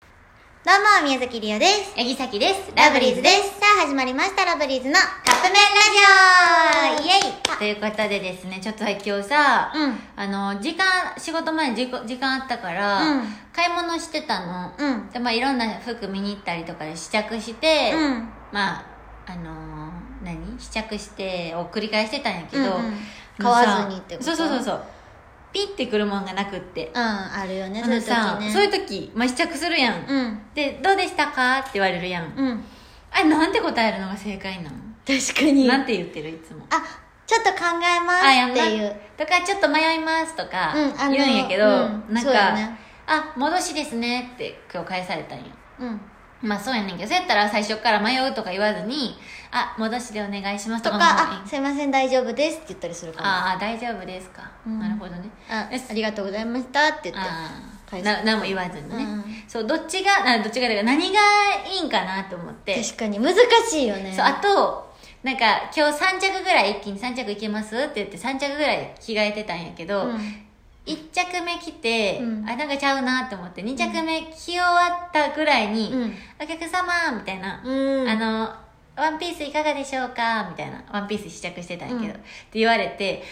どうも、宮崎りおです。八木崎ですラブリーズです。さあ、始まりました、ラブリーズのカップ麺ラジオイェイということでですねちょっと今日さ、うんあの時間仕事前に時時間あったから、うん買い物してたの、うんでまあいろんな服見に行ったりとかで試着して、うん。まああのー何試着してを繰り返してたんやけど、うんうんあのさ買わずにってことそうそうそうそうピッてくるもんがなくって、うん、あるよね、あそういのう時さね。そういう時、まあ、試着するやん、うん。で「どうでしたか?」って言われるやん、うん。あれなんて答えるのが正解なの、確かに。なんあ、て言ってるいつもちょっと考えまあやすんっなていう。とかちょっと迷いますとかうんあの言うんやけど、うんなんそうか、やねあ戻しですねって今日返されたんようん。まあそうやねんけどそうやったら最初から迷うとか言わずにあ戻しでお願いしますととかか、あ、もすいません、大丈夫ですって言ったりするから。ああ大丈夫ですか、うんなるほどねあですありがとうございましたって言って。あ返あすな何も言わずにね、うんそうどっちがあどっちがだから何がいいんかなと思って確かに、難しいよね。そうあとなんか今日3着ぐらい一気に3着いけますって言って3着ぐらい着替えてたんやけど、うん1着目着て、うんあなんかちゃうなと思って2着目着終わったぐらいに「うんお客様」みたいな、うんあの「ワンピースいかがでしょうか?」みたいな「ワンピース試着してたんやけど」うんって言われて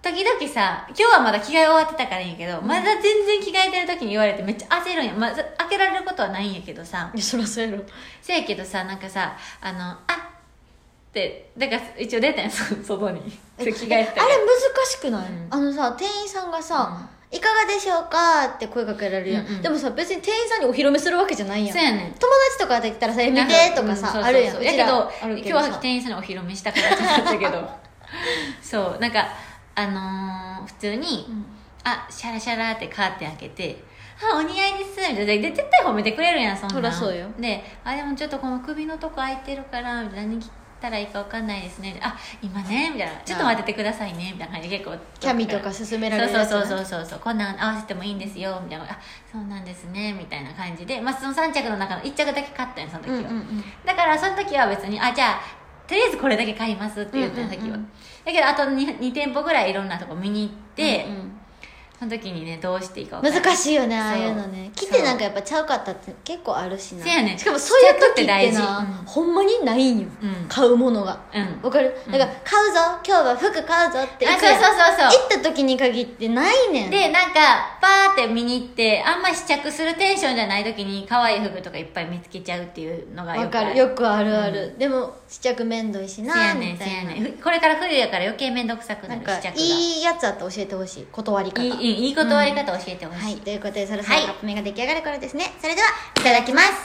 時々さ今日はまだ着替え終わってたからいいんやけど、まだ全然着替えてる時に言われてめっちゃ焦るんや、まあ、ず開けられることはないんやけどさいやそらそうやろ。せやけどさなんかさあの「あってだから一応出たんやそ 外に着替えてたあんれや難しくない、うんあのさ店員さんがさ、いかがでしょうか?」って声かけられるやん、うんうんでもさ別に店員さんにお披露目するわけじゃないやんそう友やねん達とかできたらさ「え見て」とかさ、うんあるやんそうそうそうやけどある今日はさ店員さんにお披露目したからってなった けどそうなんかあのー普通に「あシャラシャラ」ってカーテン開けて「あお似合いです」みたいなで絶対褒めてくれるやんそんなんそらそうよで「あでもちょっとこの首のとこ空いてるから」みたいな何着たらいいか分かんないですね」あ今ね」みたいな「ちょっと待っててくださいね」みたいな感じで結構キャミとか勧められるそうやつそなうそうそうそうこんなん合わせてもいいんですよみたいなあそうなんですねみたいな感じで、まあ、その3着の中の1着だけ買ったんよその時うんは、うんうんだからその時は別にあじゃあとりあえずこれだけ買いますって言ったうんようんうんさっきは、だけどあと 2, 2店舗ぐらいいろんなとこ見に行って、うんうんその時にねどうしていいか分からん難しいよねああいうのねそ来うてなんかやっぱちゃうかったって結構あるしなせやねんしかもそういう時ってな試着って大事うんほんまにないんよ、うん買うものがうんわかる、うんだから買うぞ今日は服買うぞって行くやんあそうそうそうそう行った時に限ってないねんでなんかパーって見に行ってあんま試着するテンションじゃない時に可愛い服とかいっぱい見つけちゃうっていうのがよわくあかるるよくあるある、でも試着めんどいしせやなねみんせたいやなねんこれから冬やから余計面倒くさくななんるか試着がいいやつあったら教えてほしい断り方いいいいいい断り方教えてほしい、はいということでそろそろはいカップ麺が出来上がる頃ですね、それではいただきます